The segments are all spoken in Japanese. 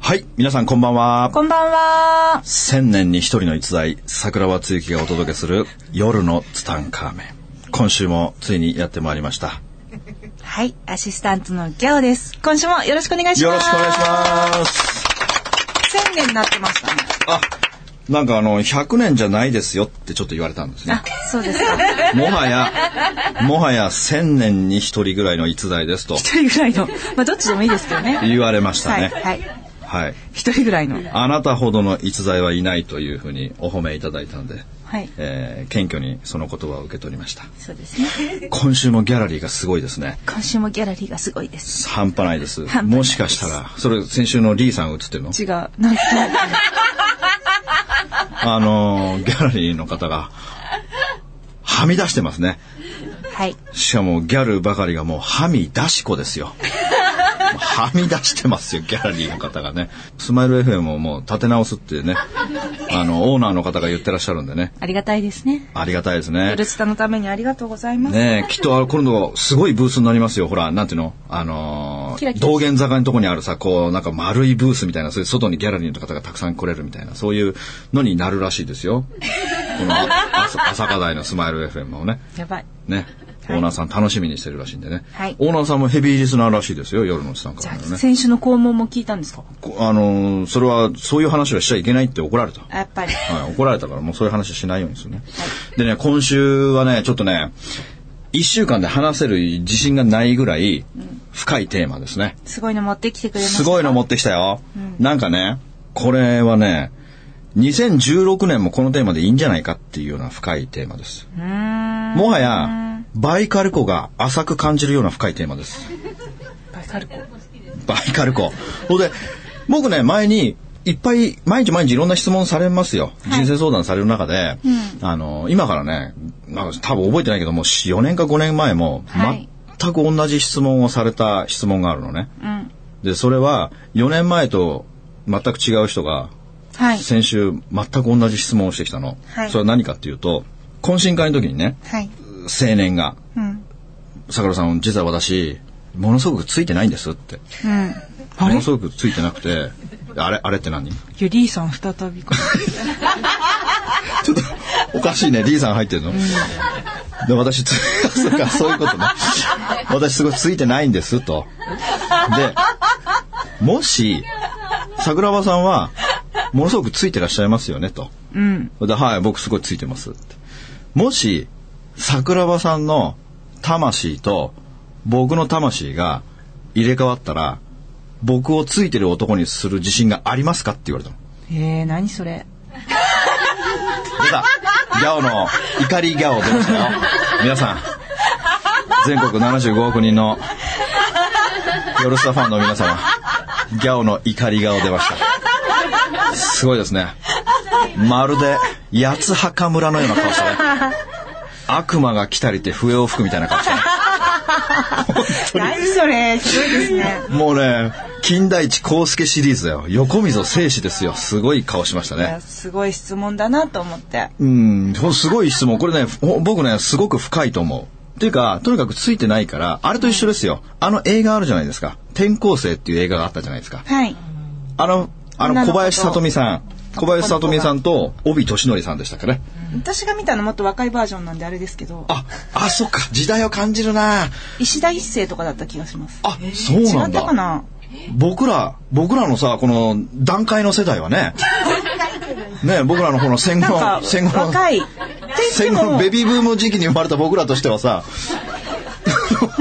はい、皆さんこんばんは。こんばんは。千年に一人の逸材、桜庭つゆきがお届けする夜のツタンカーメン。今週もついにやってまいりました。はい、アシスタントのギャオです。今週もよろしくお願いしよます。ろしくお願いします。す。千年になってましたね。あ、なんかあの、100年じゃないですよってちょっと言われたんですねあ。、そうですか。もはや、もはや千年に一人ぐらいの逸材ですと 一人ぐらいの、まあどっちでもいいですけどね。言われましたはい、ね。はい。はい。一人ぐらいの。あなたほどの逸材はいないというふうにお褒めいただいたんで、はい。えー謙虚にその言葉を受け取りました。そうですね。今週もギャラリーがすごいですね。今週もギャラリーがすごいです。半端ないです。半端ないもしかしたら、それ先週のリーさんが映ってるの違う。なんか、あのーギャラリーの方が、はみ出してますね。はい。しかもギャルばかりがもうはみ出し子ですよ。もうはみ出してますよ、ギャラリーの方がね。スマイル FM をもう立て直すっていうね、あの、オーナーの方が言ってらっしゃるんでね。ありがたいですね。ありがたいですヨね。ルスタのためにありがとうございます。ねえ、きっとあの今度すごいブースになりますよ。ほら、なんていうのあのーキラキラ道玄坂のとこにあるさ、こう、なんか丸いブースみたいな、そういう外にギャラリーの方がたくさん来れるみたいな、そういうのになるらしいですよ。この、あ さ朝霞台のスマイル FM をね。やばい。ね。オはいーナーさん楽しみにしてるらしいんでね。はいオーナーさんもヘビーリスナーらしいですよ、夜のうちさんかじゃらあ、のね。先週の肛門も聞いたんですかこあのーそれは、そういう話はしちゃいけないって怒られた。やっぱり。はい、怒られたからもうそういう話しないようにするね。でね、今週はね、ちょっとね、一週間で話せる自信がないぐらい深いテーマですね。すごいの持ってきてくれました。すごいの持ってきたよ。なんかね、これはね、2016年もこのテーマでいいんじゃないかっていうような深いテーマです。うーん。もはや、バイカル湖が浅く感じるような深いテーマです。バイカルコ。バイカル湖。ほんで、僕ね、前に、いっぱい、毎日毎日いろんな質問されますよ。人生相談される中で、あの、今からね、なんか多分覚えてないけど、もう4年か5年前も、はい全く同じ質問をされた質問があるのね。うん。で、それは、4年前と全く違う人が、はい。先週全く同じ質問をしてきたの。はいそれは何かっていうと、懇親会の時にね、はい。青年が、うん。桜さん、実は私、ものすごくついてないんですって。うん。あもれのすごくついてなくて、あれ、あれって何ちユリーさん再びか。ょっと、おかしいね、D さん入ってるの。で、私、つ、 そうか、そういうことね。私、すごいついてないんです、と。で、もし、桜庭さんは、ものすごくついてらっしゃいますよね、と。うん。で、はい、僕すごいついてますって。もし、桜庭さんの魂と僕の魂が入れ替わったら、僕をついてる男にする自信がありますかって言われたの。えー、何それ。出たギャオの怒りギャオ出ましたよ。皆さん、全国75億人のヨルスタファンの皆様、ギャオの怒り顔出ました。すごいですね。まるで八つ墓村のような顔してね。悪魔が来たりて笛を吹くみたいな顔してね。何それ。ひどい ですね。もうね、金田一光介シリーズだよ。横溝正史ですよ。すごい顔しましたいねや。すごい質問だなと思って。うん、ほすごい質問。これね、ほ僕ね、すごく深いと思う。っていうか、とにかくついてないから、あれと一緒ですよ。あの映画あるじゃないですか。転校生っていう映画があったじゃないですか。はい。あの、あ女のの子小と林さとみさん。小林さとみさんと帯敏則さんでしたっけね。私が見たのもっと若いバージョンなんであれですけど、あ、あ、そっか。時代を感じるな石田一生とかだった気がします。あ、そう違なっんたかだ。な僕ら、僕らのさ、この段階の世代はね。ね、僕らのこの戦なん後かの、戦後の。若い。って言戦って後のもベビーブーム時期に生まれた僕らとしてはさ、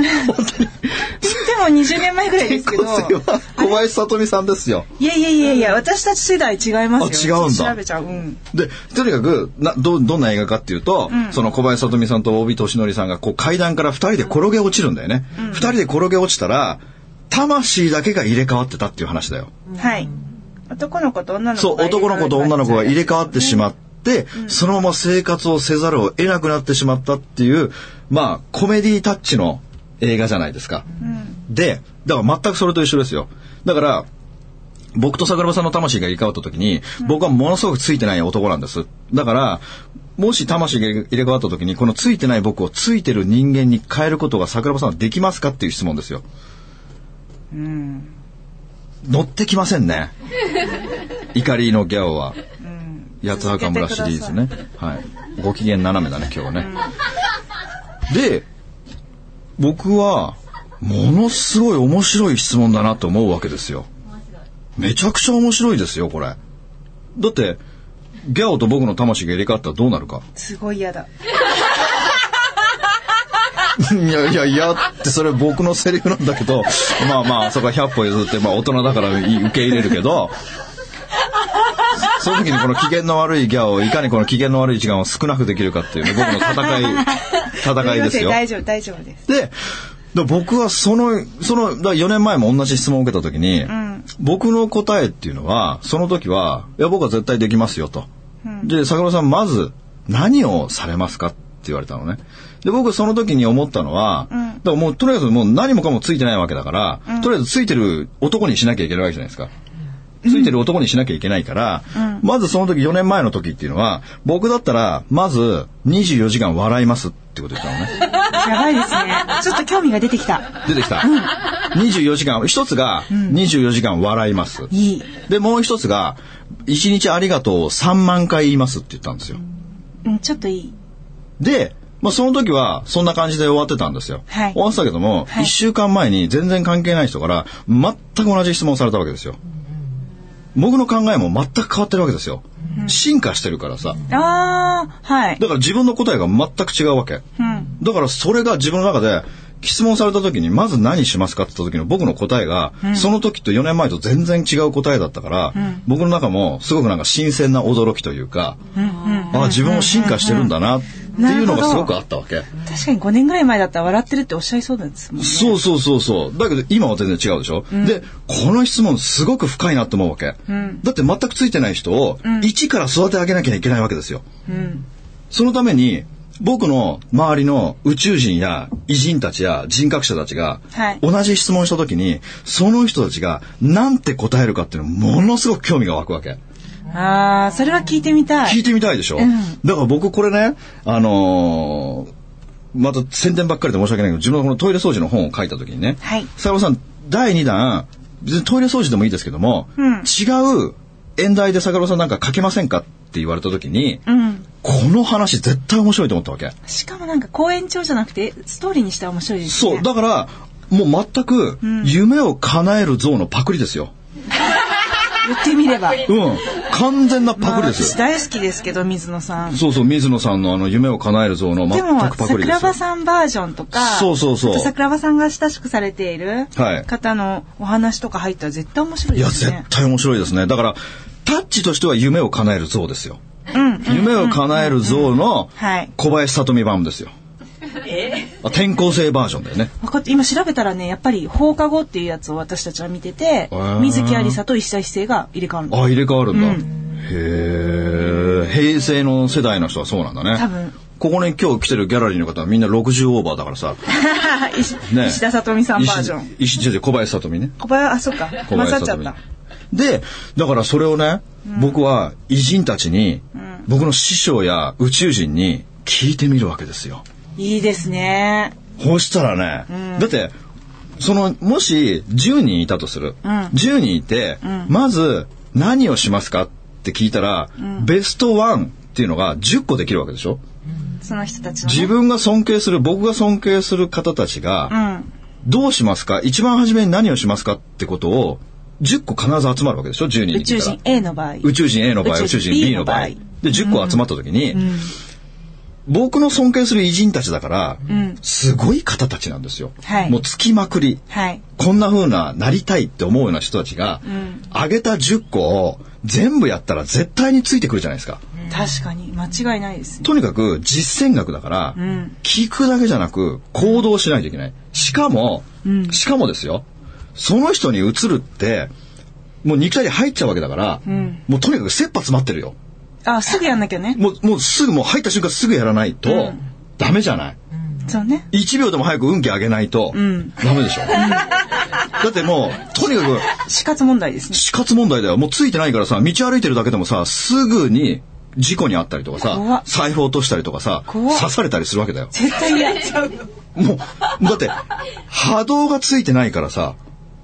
言っても20年前ぐらいですけど 転校生は小林さとみさんですよ。いやいやいやいや私たち世代違いますよあ違うんだちょっと調べちゃう、うん、で、とにかく、な、ど、どんな映画かっていうと、その小林さとみさんと帯敏則さんが、こう階段から二人で転げ落ちるんだよね。二、人で転げ落ちたら、魂だけが入れ替わってたっていう話だよ。はい男の子と女の子そう、が男の子と女の子が入れ替わってしまっって、そのまま生活をせざるを得なくなってしまったっていう、まあ、コメディタッチの映画じゃないですか。で、だから全くそれと一緒ですよ。だから、僕と桜庭さんの魂が入れ替わった時に、僕はものすごくついてない男なんです。だから、もし魂が入れ替わった時に、このついてない僕をついてる人間に変えることが桜庭さんはできますかっていう質問ですよ。乗ってきませんね。怒りのギャオは。八つ墓村シリーズね。はい。ご機嫌斜めだね、今日はね。で、僕は、ものすごい面白い質問だなと思うわけですよ。めちゃくちゃ面白いですよ、これ。だって、ギャオと僕の魂が入れ替わったらどうなるか。すごい嫌だ。 いやいやいやってそれ僕のセリフなんだけ どまあまあそこは100歩譲って、まあ、大人だから受け入れるけ どその時にこの機嫌の悪いギャオをいかにこの機嫌の悪い時間を少なくできるかっていうね僕の戦い 戦いですすいよま。せん大丈夫、大丈夫です。でだ僕はそのそのだ4年前も同じ質問を受けた時に、僕の答えっていうのはその時はいや僕は絶対できますよと、で桜庭さんまず何をされますかって言われたのねで僕その時に思ったのは、だからもうとりあえずもう何もかもついてないわけだから、とりあえずついてる男にしなきゃいけないわけじゃないですかついてる男にしなきゃいけないから、まずその時4年前の時っていうのは僕だったらまず24時間笑いますってこと言ったのねやばいですね。ちょっと興味が出てきた。出てきた。24時間、一つが24時間笑います。いい。で、もう一つが、一日ありがとうを3万回言いますって言ったんですよ。うん、ちょっといい。で、まあ、その時はそんな感じで終わってたんですよ。はい終わってたけども、一はい1週間前に全然関係ない人から全く同じ質問をされたわけですよ。僕の考えも全く変わってるわけですよ。進化してるからさ。あー、はい。だから自分の答えが全く違うわけ。うん。だからそれが自分の中で質問された時にまず何しますかって言った時の僕の答えが、その時と4年前と全然違う答えだったから、僕の中もすごくなんか新鮮な驚きというか、あ自分も進化してるんだなっていうのがすごくあったわけ。確かに5年ぐらい前だったら笑ってるっておっしゃいそうなんですもんね。そうそうそうそう。だけど今は全然違うでしょ、で、この質問すごく深いなと思うわけ、だって全くついてない人を一から育て上げなきゃいけないわけですよ。そのために僕の周りの宇宙人や偉人たちや人格者たちがはい同じ質問した時に、その人たちが何て答えるかっていうのものすごく興味が湧くわけ。あー、それは聞いてみた聞い。いてみたいでしょ、だから僕これね、あのーまた宣伝ばっかりで申し訳ないけど、自分のこのトイレ掃除の本を書いた時にね、はい佐野さん、第2弾、別にトイレ掃除でもいいですけども、うん違う演題で桜庭さんなんか書けませんかって言われた時に、うん。この話絶対面白いと思ったわけ。しかもなんか公演調じゃなくて、ストーリーにしたら面白いですね。そう、だから、もう全く、夢を叶える像のパクリですよ。言ってみれば。うん。完全なまあパクリですよ。私大好きですけど、水野さん。そうそう、水野さんのあの、夢を叶える像ので全も、くパクリですよ。桜庭さんバージョンとか、そうそうそうあと桜庭さんが親しくされているはい方のお話とか入ったら絶対面白いいでや、すよ絶ね。対面白いですね。だから、タッチとしては夢を叶える像ですよ。うん。夢を叶える像のはい小林聡美版ですよ。あ転校生バージョンだよね。分かって、今調べたらね、やっぱり放課後っていうやつを私たちは見ててー、水木有沙と石田一生が入れ替わるのあ、入れ替わるんだ。へえ。平成の世代の人はそうなんだね。多分ここに今日来てるギャラリーの方はみんな60オーバーだか らさ。石ね石田さとみさんバージョン。石石じゃあ小林聡美ね。小林、あ、そっか。小混林ざっちゃ聡っ美た。で、だからそれをね、僕は偉人たちに、僕の師匠や宇宙人に聞いてみるわけですよ。いいですね。そうしたらね、だって、その、もし10人いたとする。ん10人いて、まず何をしますかって聞いたら、ベストワンっていうのが10個できるわけでしょその人たちのね。自分が尊敬する、僕が尊敬する方たちが、うん。どうしますか一番初めに何をしますかってことを、10個必ず集まるわけでしょ ?10 人宇いた宙ら。人 A の場合。宇宙人 A の場合、宇宇宙宙人人 B の場合。 B ので、10個集まった時に、僕の尊敬する偉人たちだから、んすごい方たちなんですよ。はいもうつきまくり。はい。こんな風な、なりたいって思うような人たちが、あげた10個を全部やったら絶対についてくるじゃないですか。確かに。間違いないですね。とにかく実践学だから、ん聞くだけじゃなく行動しないといけない。しかも、しかもですよ、その人に移るって、もう肉体に入っちゃうわけだから、もうとにかく切羽詰まってるよ。あ、すぐやんなきゃね。もう、もうすぐ、もう入った瞬間すぐやらないと、うんダメじゃない。そうね。 1秒でも早く運気上げないと、んダメでし ょ。だってもう、とにかく、死活問題ですね。死活問題だよ。もうついてないからさ、道歩いてるだけでもさ、すぐに事故に遭ったりとか怖さっ、財布落としたりとかさ、怖っ刺されたりするわけだよ。絶対嫌。もう、だって、波動がついてないからさ、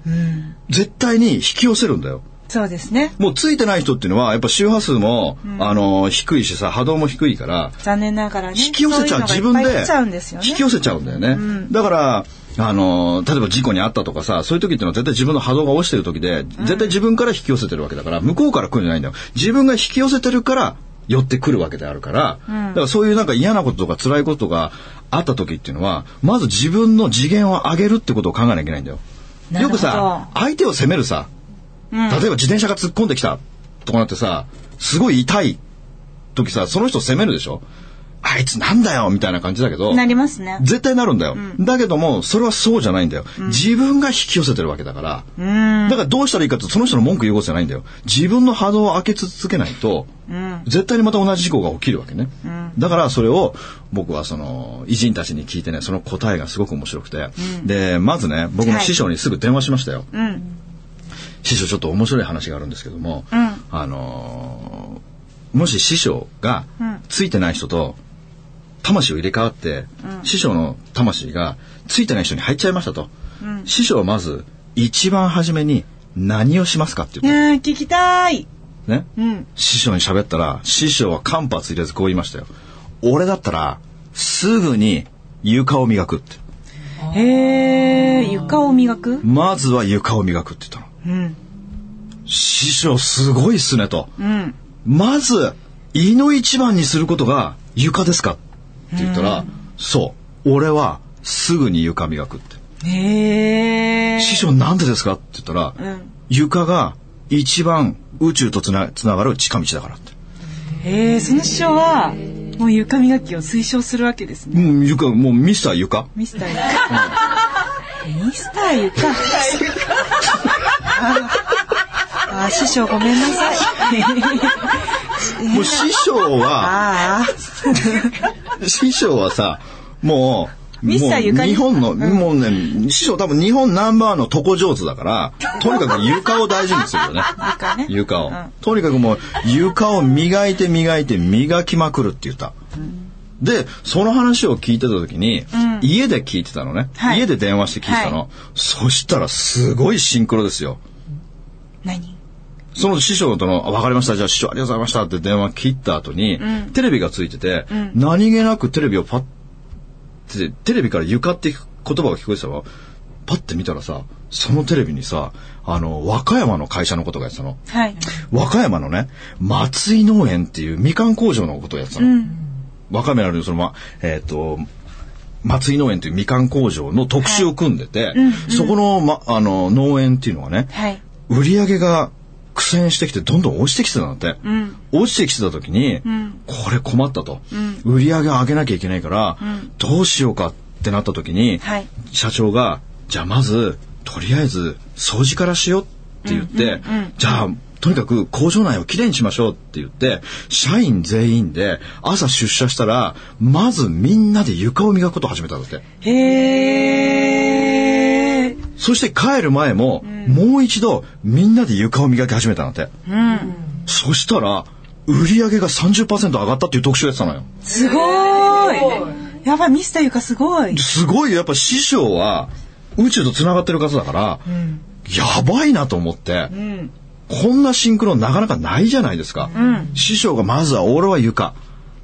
うん。絶対に引き寄せるんだよ。そうですね。もうついてない人っていうのは、やっぱ周波数も、あの、低いしさ、波動も低いから、残念ながらね。引き寄せちゃうそ自いの分がいっぱいで来ちゃうんですよね。引き寄せちゃうんだよね、んだからあの例えば事故にあったとかさそういう時ってのは絶対自分の波動が落ちてる時で、絶対自分から引き寄せてるわけだから向こうから来るんじゃないんだよ自分が引き寄せてるから寄ってくるわけであるから、だからそういうなんか嫌なこととか辛いことがあった時っていうのはまず自分の次元を上げるってことを考えなきゃいけないんだよなるよほどくさ相手を責めるさうん例えば自転車が突っ込んできたとかなってさすごい痛い時さその人を責めるでしょあいつなんだよみたいな感じだけどなりますね。絶対なるんだよ、だけどもそれはそうじゃないんだよ、自分が引き寄せてるわけだから、うん。だからどうしたらいいかってその人の文句言うことじゃないんだよ自分の波動を開け続けないと、うん。絶対にまた同じ事故が起きるわけね、んだからそれを僕はその偉人たちに聞いてねその答えがすごく面白くて、でまずね僕の師匠にすぐ電話しましたよ、うん。師匠ちょっと面白い話があるんですけども、うんあのーもし師匠がうんついてない人と魂を入れ替わって、師匠の魂がついてない人に入っちゃいましたと、うん師匠はまず一番初めに何をしますかって言っねえ、聞きたい。て、ねうん。師匠に喋ったら師匠は間髪入れずこう言いましたよ俺だったらすぐに床を磨くってへえ、床を磨くまずは床を磨くって言ったのうん。師匠すごいっすねとうん。まず、胃の一番にすることが床ですかって言ったら、そう、俺はすぐに床磨くって。へえ。師匠なんでですかって言ったら、うん。床が一番宇宙とつなつながる近道だからって。へえ、その師匠は、もう床磨きを推奨するわけですね。うん、床、もうミスタ ー床。ミスター床。ミスター床。ああ、師匠ごめんなさい。もう師匠 は、ああ、師匠はさ、もう、ミスターもう床に日本の、もうね、師匠多分日本ナンバーの床上手だから、とにかく床を大事にするよね。床ね。床を、うんとにかくもう床を磨いて磨いて磨きまくるって言った、でその話を聞いてた時に、家で聞いてたのね、はい家で電話して聞いてたの、はそしたらすごいシンクロですよ何その師匠との「あわかりましたじゃあ師匠ありがとうございました」って電話切った後に、テレビがついてて、何気なくテレビをパッてテレビから床って言葉が聞こえてたわパッて見たらさそのテレビにさあの和歌山の会社のことがやってたの。はい。和歌山のね、松井農園っていうみかん工場のことをやってたの。和歌山のそのま、えっ、と、松井農園というみかん工場の特集を組んでて、そこの、ま、あの、農園っていうのはね、はい。売り上げが苦戦してきてどんどん落ちてきてたんだって。ん落ちてきてた時に、んこれ困ったと、売り上げを上げなきゃいけないから、どうしようかってなった時に、はい社長がじゃあまずとりあえず掃除からしようって言って、じゃあとにかく工場内をきれいにしましょうって言って社員全員で朝出社したらまずみんなで床を磨くことを始めたんだって。へえ。そして帰る前も、もう一度みんなで床を磨き始めたんだって。そしたら、売り上げが30%上がったっていう特集やってたのよ。すごーい。やばい、ミスター床すごい。すごいよやっぱ師匠は宇宙と繋がってる方だから、やばいなと思って、うん。こんなシンクロなかなかないじゃないですか。師匠がまずは俺は床。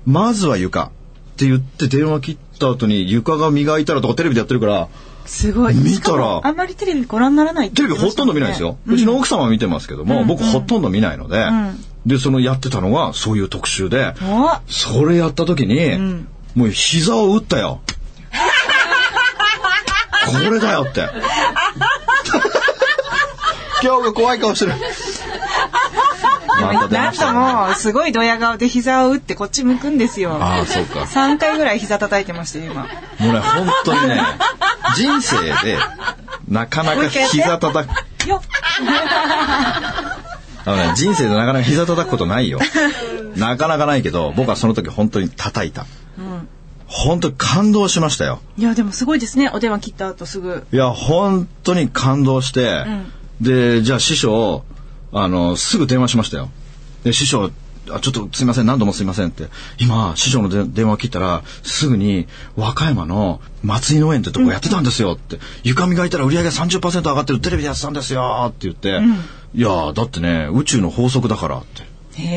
まずは床。って言って電話切った後に床が磨いたらとかテレビでやってるから、すごい。見たらしかもあんまりテレビご覧にならないってテ言レってビまほしたともんねど見ないですよ。うちの奥様は見てますけども、僕ほとんど見ないので、んで、そのやってたのがそういう特集で、おそれやった時に、もう膝を打ったよ。これだよ って。今日が怖い顔してる。また出なまんしたとね。あもうすごいドヤ顔で膝を打ってこっち向くんですよ。あ、そうか。 3回ぐらい膝叩いてましたよ、今。もうね、本当にね、人生で、なかなか膝叩く。よっあのね、人生でなかなか膝叩くことないよ。なかなかないけど、僕はその時本当に叩いた。本当に感動しましたよ。いやでもすごいですねお電話切った後すぐいや、本当に感動して、で、じゃあ師匠、あの、すぐ電話しましたよ。で、師匠、あちょっとすいません、何度もすいませんって。今、師匠ので電話切ったら、すぐに、和歌山の松井農園ってとこやってたんですよって、床磨いたら売り上げ30%上がってるテレビでやってたんですよって言って、いや、だってね、宇宙の法則だからって。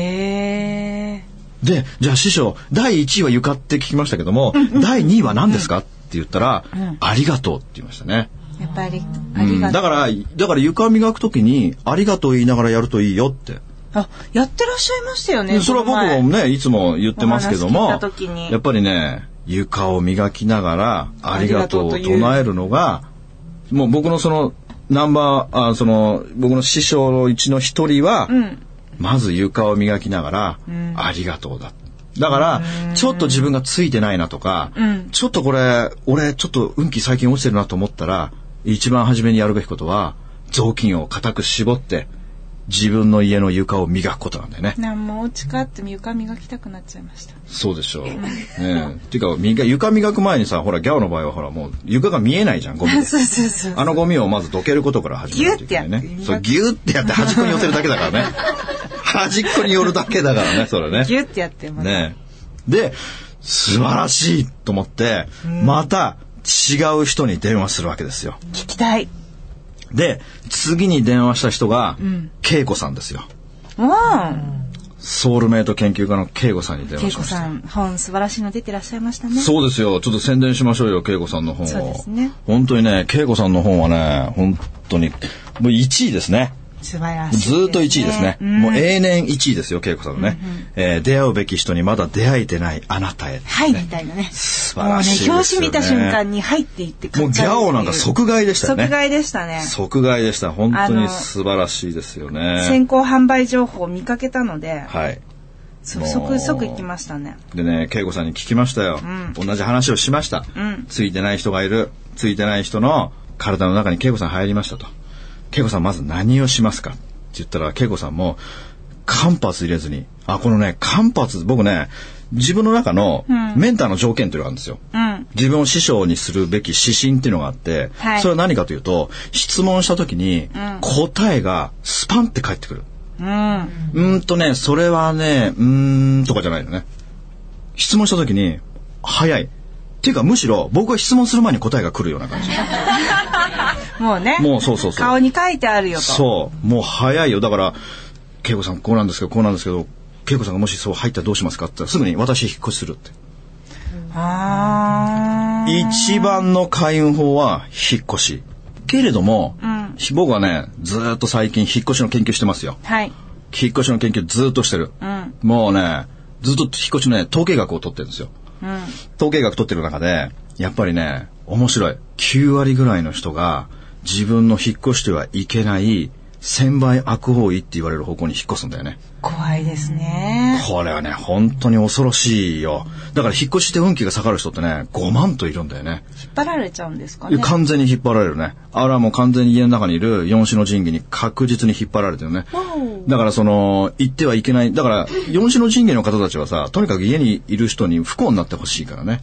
へえで、じゃあ師匠、第1位は床って聞きましたけども、第2位は何ですかって言ったら、ありがとうって言いましたね。やっぱりあうりんがとだう、から、だから床磨くときに、ありがとう言いながらやるといいよって。あやってらっしゃいましたよねそれは僕この前もね、いつも言ってますけどお話聞もいた時、にやっぱりね、床を磨きながら、ありがとうをありがとうという唱えるのが、もう僕のその、ナンバー、あその、僕の師匠のうちの一人は、うんまず床を磨きながら、ありがとうだ。だから、ちょっと自分がついてないなとか、んちょっとこれ、俺、ちょっと運気最近落ちてるなと思ったら、一番初めにやるべきことは、雑巾を固く絞って、自分の家の床を磨くことなんだよね。なんもうちかって床磨きたくなっちゃいま したそうでしょう。ねえ。ていうか、み床磨く前にさ、ほら、ギャオの場合はほら、もう床が見えないじゃん、ゴミでそうそうそうあのゴミをまずどけることから始めるといけないギュッてやっね。てそう、ギュッてやって端っこに寄せるだけだからね。端っこに寄るだけだからね、それね。ギュッてやってますねえで、素晴らしいと思って、また違う人に電話するわけですよ。聞きたいで、次に電話した人が、恵子さんですよ。うんソウルメイト研究家の恵子さんに電恵話し子ました。さん本素晴らしいの出てらっしゃいましたねそうですよ。ちょっと宣伝しましょうよ、恵子さんの本を。そうですね本当にね、恵子さんの本はね、本当に、もう1位ですね。素晴らしいずーっと1位ですね。うんもう永年1位ですよ、恵子さんのね。えー出会うべき人にまだ出会えてないあなたへ。はいみたいなね素晴らしいですよ、ね。もうね表紙見た瞬間に入っていって買もうっギちゃうャっていうオなんか即買いでしたよね。即買いでしたね即買いでした。本当あにの素晴らしいですよね。先行販売情報を見かけたのではい。そもう即即行きましたねでね、恵子さんに聞きましたよ。同じ話をしました、んついてない人がいる。ついてない人の体の中に恵子さん入りましたと。恵子さんまず何をしますかって言ったら恵子さんも、間髪入れずに。あ、このね、間髪、僕ね、自分の中のメンターの条件というのがあるんですよ。うん自分を師匠にするべき指針っていうのがあって、はいそれは何かというと、質問した時に答えがスパンって返ってくる。うんうーんとね、それはね、うーんとかじゃないのね。質問した時に、早い。っていうか、むしろ僕が質問する前に答えが来るような感じ。もうねもうそうそうそう顔に書いてあるよとそう。もう早いよ。だから、恵子さんこうなんですけど、こうなんですけど、恵子さんがもしそう入ったらどうしますかって言ったらすぐに私引っ越しするって。あー一番の開運法は引っ越し。けれども、ん僕はね、ずーっと最近引っ越しの研究してますよ。はい引っ越しの研究ずーっとしてる。うんもうね、ずっと引っ越しのね、統計学を取ってるんですよ。うん統計学取ってる中で、やっぱりね、面白い。9割ぐらいの人が自分の引っ越してはいけない1000倍悪方位って言われる方向に引っ越すんだよね。怖いですねこれはね、本当に恐ろしいよ。だから引っ越して運気が下がる人ってね、5万といるんだよね。引っ張られちゃうんですかね完全に引っ張られるね。あれはもう完全に家の中にいる四種の神器に確実に引っ張られてるね。だからその、行ってはいけない。だから、四種の神器の方たちはさ、とにかく家にいる人に不幸になってほしいからね。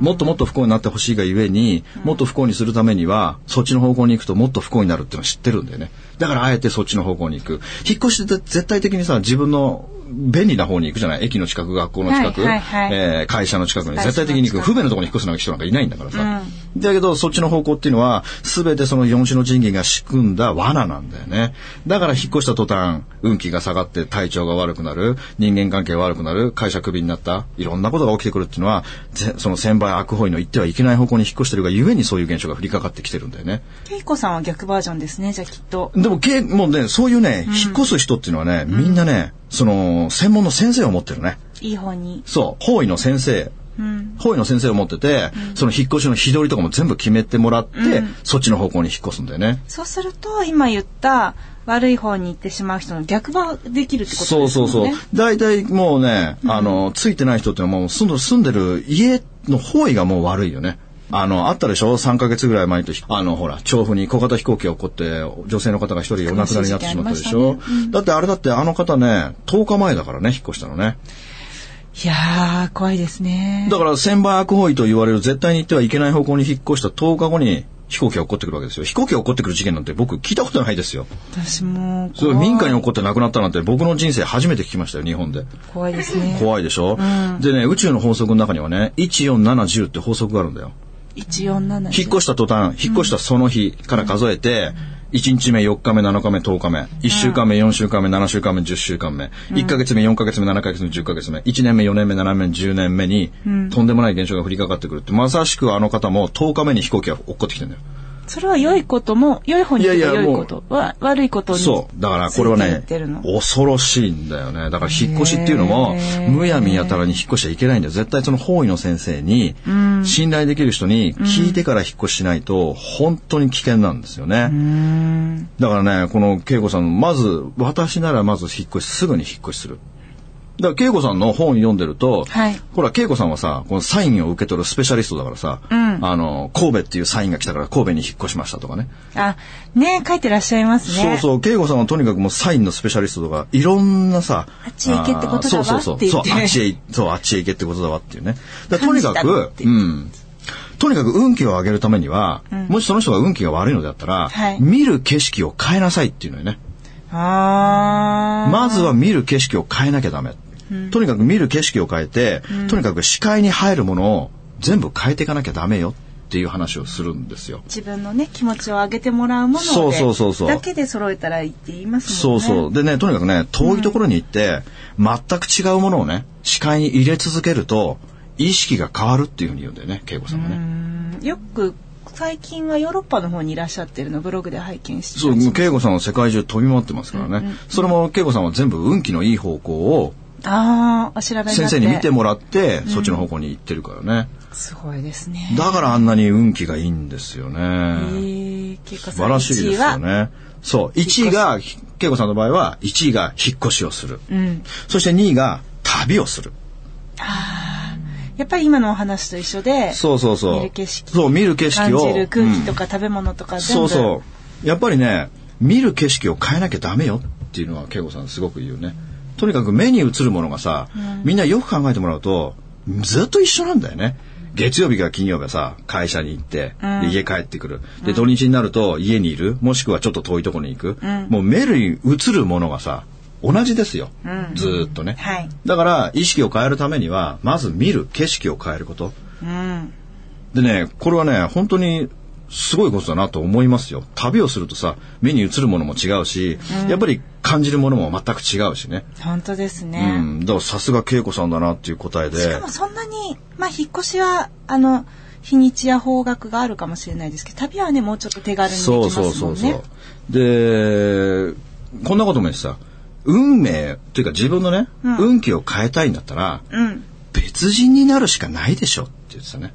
もっともっと不幸になってほしいがゆえに、もっと不幸にするためには、そっちの方向に行くともっと不幸になるっていうのは知ってるんだよね。だからあえてそっちの方向に行く。引っ越しって絶対的にさ、自分の便利な方に行くじゃない駅の近く、学校の近く、はいはいはいえー会社の近くに絶対的に行く。不便なところに引っ越す人なんかいないんだからさ。だけど、そっちの方向っていうのは、すべてその四種の神器が仕組んだ罠なんだよね。だから、引っ越した途端、運気が下がって体調が悪くなる、人間関係が悪くなる、会社クビになった、いろんなことが起きてくるっていうのは、ぜその千倍悪法医の言ってはいけない方向に引っ越してるがゆえにそういう現象が降りかかってきてるんだよね。恵子さんは逆バージョンですねじゃあきっとでも、けもうね、そういうね、引っ越す人っていうのはね、みんなね、その、専門の先生を持ってるね。いい方にそう、法医の先生。法医の先生を持ってて、その引っ越しの日取りとかも全部決めてもらって、そっちの方向に引っ越すんだよね。そうすると今言った悪い方に行ってしまう人の逆バできるってことですそもんうねそうそう。大体もうね、あの、ついてない人っていうのはもう住んで住んでる家の方位がもう悪いよね。あの、あったでしょ ?3 ヶ月ぐらい前にと、あの、ほら、調布に小型飛行機が起こって、女性の方が一人お亡くなりになってしまったでしょ悲しい事件ありまだってあれだってあの方ね、10日前だからね、引っ越したのね。いやー、怖いですね。だから、千倍悪行為と言われる絶対に行ってはいけない方向に引っ越した10日後に飛行機が起こってくるわけですよ。飛行機が起こってくる事件なんて僕聞いたことないですよ。私もそれ民家に起こって亡くなったなんて僕の人生初めて聞きましたよ、日本で。怖いですね。怖いでしょ、でね、宇宙の法則の中にはね、14710って法則があるんだよ。 147。引っ越した途端、引っ越したその日から数えて、1日目、4日目、7日目、10日目、1週間目、4週間目、7週間目、10週間目、1ヶ月目、4ヶ月目、7ヶ月目、10ヶ月目、1年目、4年目、7年目、10年目に、とんでもない現象が降りかかってくるって、まさしくあの方も10日目に飛行機が落っこってきてんだよ。それは良いことも、良い方に行けばいやいや良いことは、悪いことに。そう。だからこれはついていっねてるの、恐ろしいんだよね。だから引っ越しっていうのもへ、ーむやみやたらに引っ越しちゃいけないんだよ。絶対その方位の先生に、信頼できる人に聞いてから引っ越ししないと、本当に危険なんですよね。だからね、この恵子さん、まず、私ならまず引っ越し、すぐに引っ越しする。だから、恵子さんの本読んでると、はいほら、恵子さんはさ、このサインを受け取るスペシャリストだからさ、あの、神戸っていうサインが来たから神戸に引っ越しましたとかね。あ、ね書いてらっしゃいますそうね。う。そう、慶吾さんはとにかくもうサインのスペシャリストとか、いろんなさ、あっちへ行けってことだわあーそうそうそう、って言ってそう、あっちへ行、そう、あっちへ行けってことだわってい うね。だからとにか感じたくっ、ていううん。とにかく運気を上げるためには、もしその人が運気が悪いのであったら、はい見る景色を変えなさいっていうのよね。あー。まずは見る景色を変えなきゃダメ。とにかく見る景色を変えて、とにかく視界に入るものを全部変えていかなきゃダメよっていう話をするんですよ。自分のね、気持ちを上げてもらうものでそうそうそうそうだけで揃えたらいいって言いますもそんね。うそう。でね、とにかくね、遠いところに行って、全く違うものをね、視界に入れ続けると、意識が変わるっていうふうに言うんだよね、恵子さんがね。うんよく、最近はヨーロッパの方にいらっしゃってるの、ブログで拝見してそう、恵子さんは世界中飛び回ってますからね。それも恵子さんは全部運気のいい方向をああ、お調べになって先生に見てもらって、そっちの方向に行ってるからね。すごいですね。だからあんなに運気がいいんですよえね。ー、結構素晴らしいですよ。 1位はね。そう、1位が、恵子さんの場合は、1位が引っ越しをする。うん。そして2位が旅をする。やっぱり今のお話と一緒で、そうそうそう。見る景色そう、見る景色感を。じる空気とうんか食べ物とか全部、そうそう。やっぱりね、見る景色を変えなきゃダメよっていうのは、恵子さんすごく言うね。とにかく目に映るものがさ、みんなよく考えてもらうと、ずっと一緒なんだよね。月曜日から金曜日はさ、会社に行って、で家帰ってくる。で、土日になると家にいる、もしくはちょっと遠いところに行く。もう目に映るものがさ、同じですよ。ずーっとね。はい。だから、意識を変えるためには、まず見る景色を変えること。うん。でね、これはね、本当にすごいことだなと思いますよ。旅をするとさ、目に映るものも違うし、やっぱり感じるものも全く違うしね。本当ですうね。ん。だからさすが恵子さんだなっていう答えしでかも。そんなに、まあ、引っ越しは、あの、日にちや方角があるかもしれないですけど、旅はね、もうちょっと手軽にできますもんそうね。そうそうそう。で、こんなことも言ってさ、運命っていうか自分のね、運気を変えたいんだったら、うん。別人になるしかないでしょって言ってたね。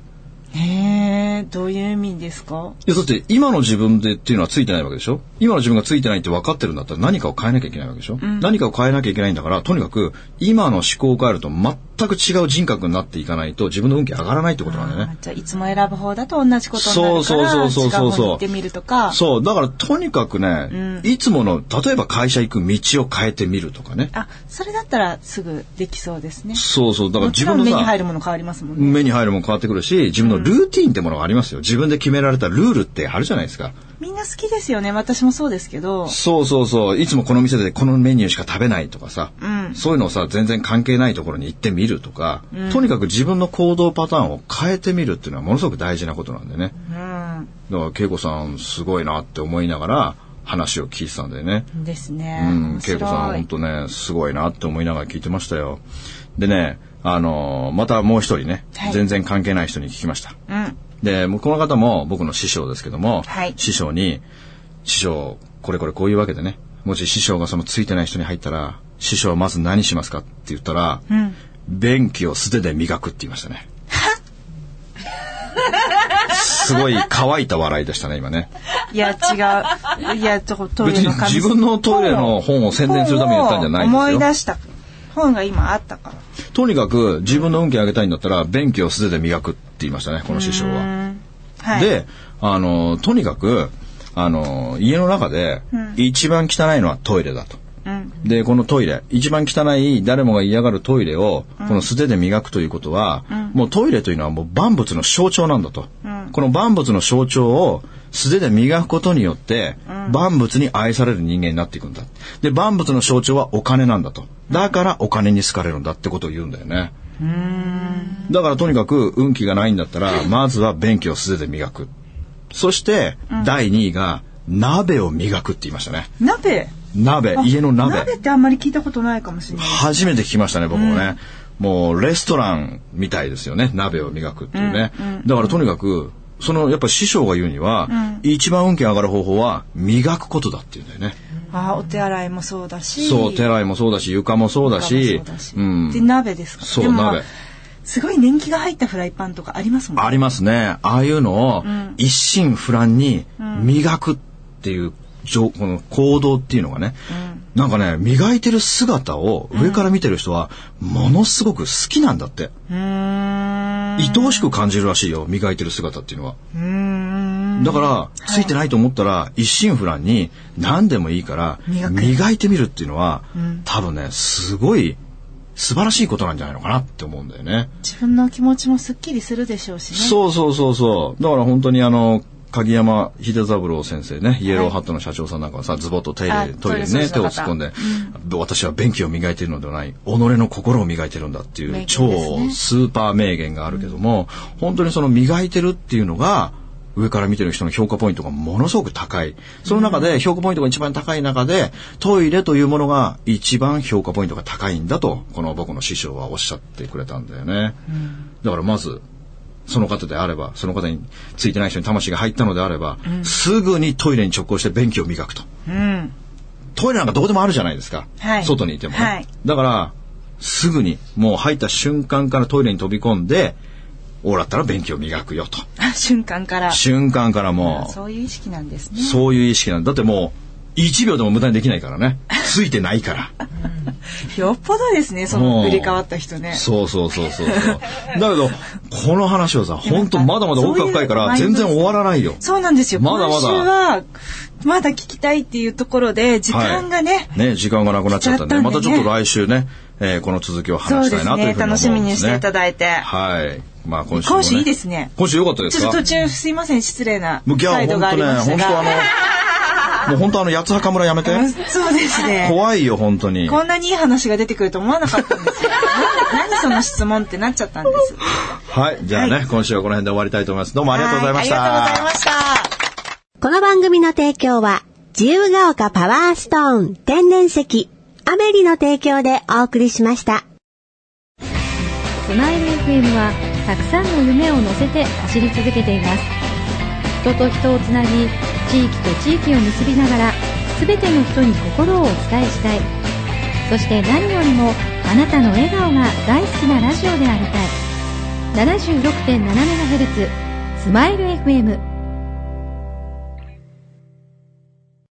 へえ、どういう意味ですかいや、だって今の自分でっていうのはついてないわけでしょ今の自分がついてないって分かってるんだったら何かを変えなきゃいけないわけでしょ、何かを変えなきゃいけないんだから、とにかく今の思考を変えると全く違う人格になっていかないと自分の運気上がらないってことなんだよあね。ーじゃあ、いつも選ぶ方だと同じことになそうるかそうら、そうそうそう違方にそ行うってみるとか。そう、だからとにかくね、いつもの、例えば会社行く道を変えてみるとかね。あ、それだったらすぐできそうですね。そうそう、だからもち自ろ分のんさ、目に入るもの変わりますもんね。目に入るもん変わってくるし、自分のルーティンってものがありますよ。自分で決められたルールってあるじゃないですか。みんな好きですよね。私もそうですけど。そうそうそう。いつもこの店でこのメニューしか食べないとかさ。うんそういうのをさ、全然関係ないところに行ってみるとか、とにかく自分の行動パターンを変えてみるっていうのはものすごく大事なことなんでね。うだから、恵子さんすごいなって思いながら話を聞いてたんだよね。ん。ですね。うん、面恵子さん白本い。当ね、すごいなって思いながら聞いてましたよ。でね、あのーまたもう一人ね、はい全然関係ない人に聞きました。うん。で、もうこの方も僕の師匠ですけども、はい師匠に、師匠、これこれこういうわけでね、もし師匠がそのついてない人に入ったら、師匠はまず何しますかって言ったら、ん便器を素手で磨くって言いまし たね。すごい乾いた笑いでしたね、今ね。いや、違う。いや、ちょっとトイ別レにの紙自分のトイレの本を宣伝するためにやったんじゃないん本を思いで出すよ。した。本が今あったから。とにかく自分の運気上げたいんだったら、便器を素手で磨くって言いましたね、この師匠は。はいで、あの、とにかく、あの、家の中で、一番汚いのはトイレだと。うん。で、このトイレ、一番汚い誰もが嫌がるトイレを、この素手で磨くということは、もうトイレというのはもう万物の象徴なんだと。この万物の象徴を素手で磨くことによって、万物に愛される人間になっていくんだ。で、万物の象徴はお金なんだと。だからお金に好かれるんだってことを言うんだよね。だからとにかく運気がないんだったら、まずは便器を素手で磨く。そして、第2位が、鍋を磨くって言いましたね。鍋鍋、家の鍋。鍋ってあんまり聞いたことないかもしれない。初めて聞きましたね、僕もね。もう、レストランみたいですよね。鍋を磨くっていうね。だからとにかく、その、やっぱ師匠が言うには、一番運気上がる方法は、磨くことだっていうんだよね。あーお手洗いもそうだし。そう、手洗いもそうだし、床もそうだしそう、だしうんで、。鍋ですかそうでもまあ鍋すごい年季が入ったフライパンとかありますもんありますね。ああいうのを、一心不乱に磨くっていう、じょこの行動っていうのがね、なんかね、磨いてる姿を上から見てる人は、ものすごく好きなんだって。うーん。愛おしく感じるらしいよ磨いてる姿っていうのはうーん。だからついてないと思ったら一心不乱に何でもいいから磨く磨いてみるっていうのは多分ねすごい素晴らしいことなんじゃないのかなって思うんだよね自分の気持ちもすっきりするでしょうしね。そうそうそうそうだから本当にあの鍵山秀三郎先生ね、イエローハットの社長さんなんかはさ、ズボッと手あ入れトイレにトイレ掃除のね、手を方突っ込んで、私は便器を磨いているのではない、己の心を磨いてるんだっていう名言です超ねスーパー名言があるけども、本当にその磨いてるっていうのが、上から見てる人の評価ポイントがものすごく高い。その中で評価ポイントが一番高い中で、トイレというものが一番評価ポイントが高いんだと、この僕の師匠はおっしゃってくれたんだよね。だからまず、その方であれば、その方についてない人に魂が入ったのであれば、すぐにトイレに直行して便器を磨くと。うん。トイレなんかどこでもあるじゃないですか。はい外にいても、ねはいだから、すぐに、もう入った瞬間からトイレに飛び込んで、オーラったら便器を磨くよと。あ瞬間から。瞬間からもそういう意識なんですう、ね。そういう意識なんだ。だってもう、1秒でも無駄にできないから ね。ついてないから。よっぽどですね、その振り変わった人 ね。そうそうそうそうそう。だけど、この話はさ、本当まだまだ奥が深いそかういら、う全然終わらないよ。そうなんですよ。まだまだ今週は、まだ聞きたいっていうところで、時間がね、はいね、時間がなくなっちゃった来ちゃったんんで、でねまたちょっと来週ね、えーこの続きを話したいなというそうでふうに思うんですね。すね楽しみにしていただいてはい。まあ今週も、今週いいですね今週良かったでちすょっかと途中すいません、失礼なもうギャ態ー、度本があ当りね、まし本た当が。あの、もう本当あの、八つ墓村やめて。うんそうですね。怖いよ、本当に。こんなにいい話が出てくると思わなかったんですよ。なんで何その質問ってなっちゃったんです。はい。じゃあね、今週はこの辺で終わりたいと思います。どうもありがとうございました。はありがとうございました。この番組の提供は、自由が丘パワーストーン天然石、アメリの提供でお送りしました。スマイル FM はたくさんの夢を乗せて走り続けています人と人をつなぎ地域と地域を結びながら全ての人に心をお伝えしたいそして何よりもあなたの笑顔が大好きなラジオでありたい 76.7MHz スマイル FM